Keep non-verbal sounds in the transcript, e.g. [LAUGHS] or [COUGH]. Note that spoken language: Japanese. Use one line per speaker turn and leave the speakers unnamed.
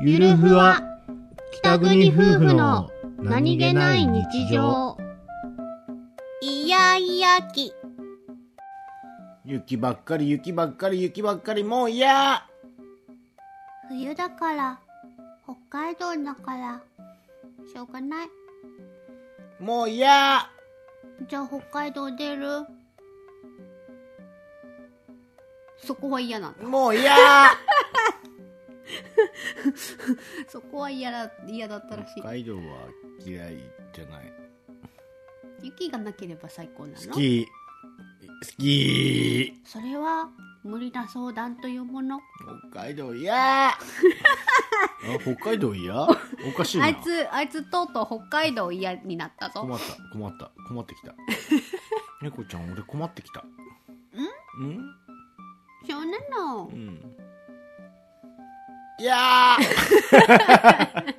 ゆるふわ北国夫婦の何気ない日常
いやいやき
雪ばっかり雪ばっかり雪ばっかりもう嫌
冬だから北海道だからしょうがない
もう嫌
じゃあ北海道出るそこは嫌なんだ
もう嫌
そこは嫌だ嫌だったらしい
北海道は嫌いじゃない
雪がなければ最高なの
好き好き
それは無理な相談というもの
北海道嫌 [LAUGHS] あ北海道嫌おかしいな
あいつあいつとうとう北海道嫌になったぞ
困った困った困ってき
[LAUGHS]
た猫ちゃん俺困ってきたん
少年の
うんいやー